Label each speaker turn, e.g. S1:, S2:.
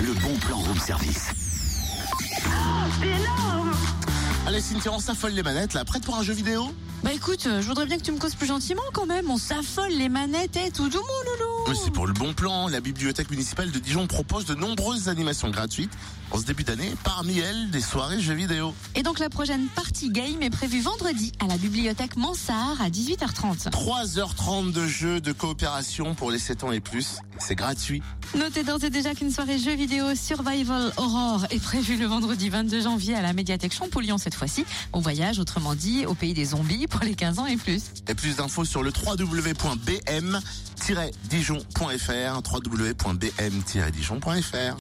S1: Le bon plan room service.
S2: C'est énorme
S1: Allez Cynthia, on s'affole les manettes là, prête pour un jeu vidéo
S3: Bah écoute, euh, je voudrais bien que tu me causes plus gentiment quand même. On s'affole les manettes et tout doux, mon loulou.
S1: Mais c'est pour le bon plan, la bibliothèque municipale de Dijon propose de nombreuses animations gratuites en ce début d'année, parmi elles des soirées jeux vidéo.
S3: Et donc la prochaine partie game est prévue vendredi à la bibliothèque Mansart à 18h30.
S1: 3h30 de jeux de coopération pour les 7 ans et plus, c'est gratuit.
S3: Notez d'ores et déjà qu'une soirée jeux vidéo Survival Aurore est prévue le vendredi 22 janvier à la médiathèque Champollion cette fois-ci. On voyage autrement dit au pays des zombies pour les 15 ans et plus.
S1: Et plus d'infos sur le www.bm-dijon.fr, www.bm-dijon.fr.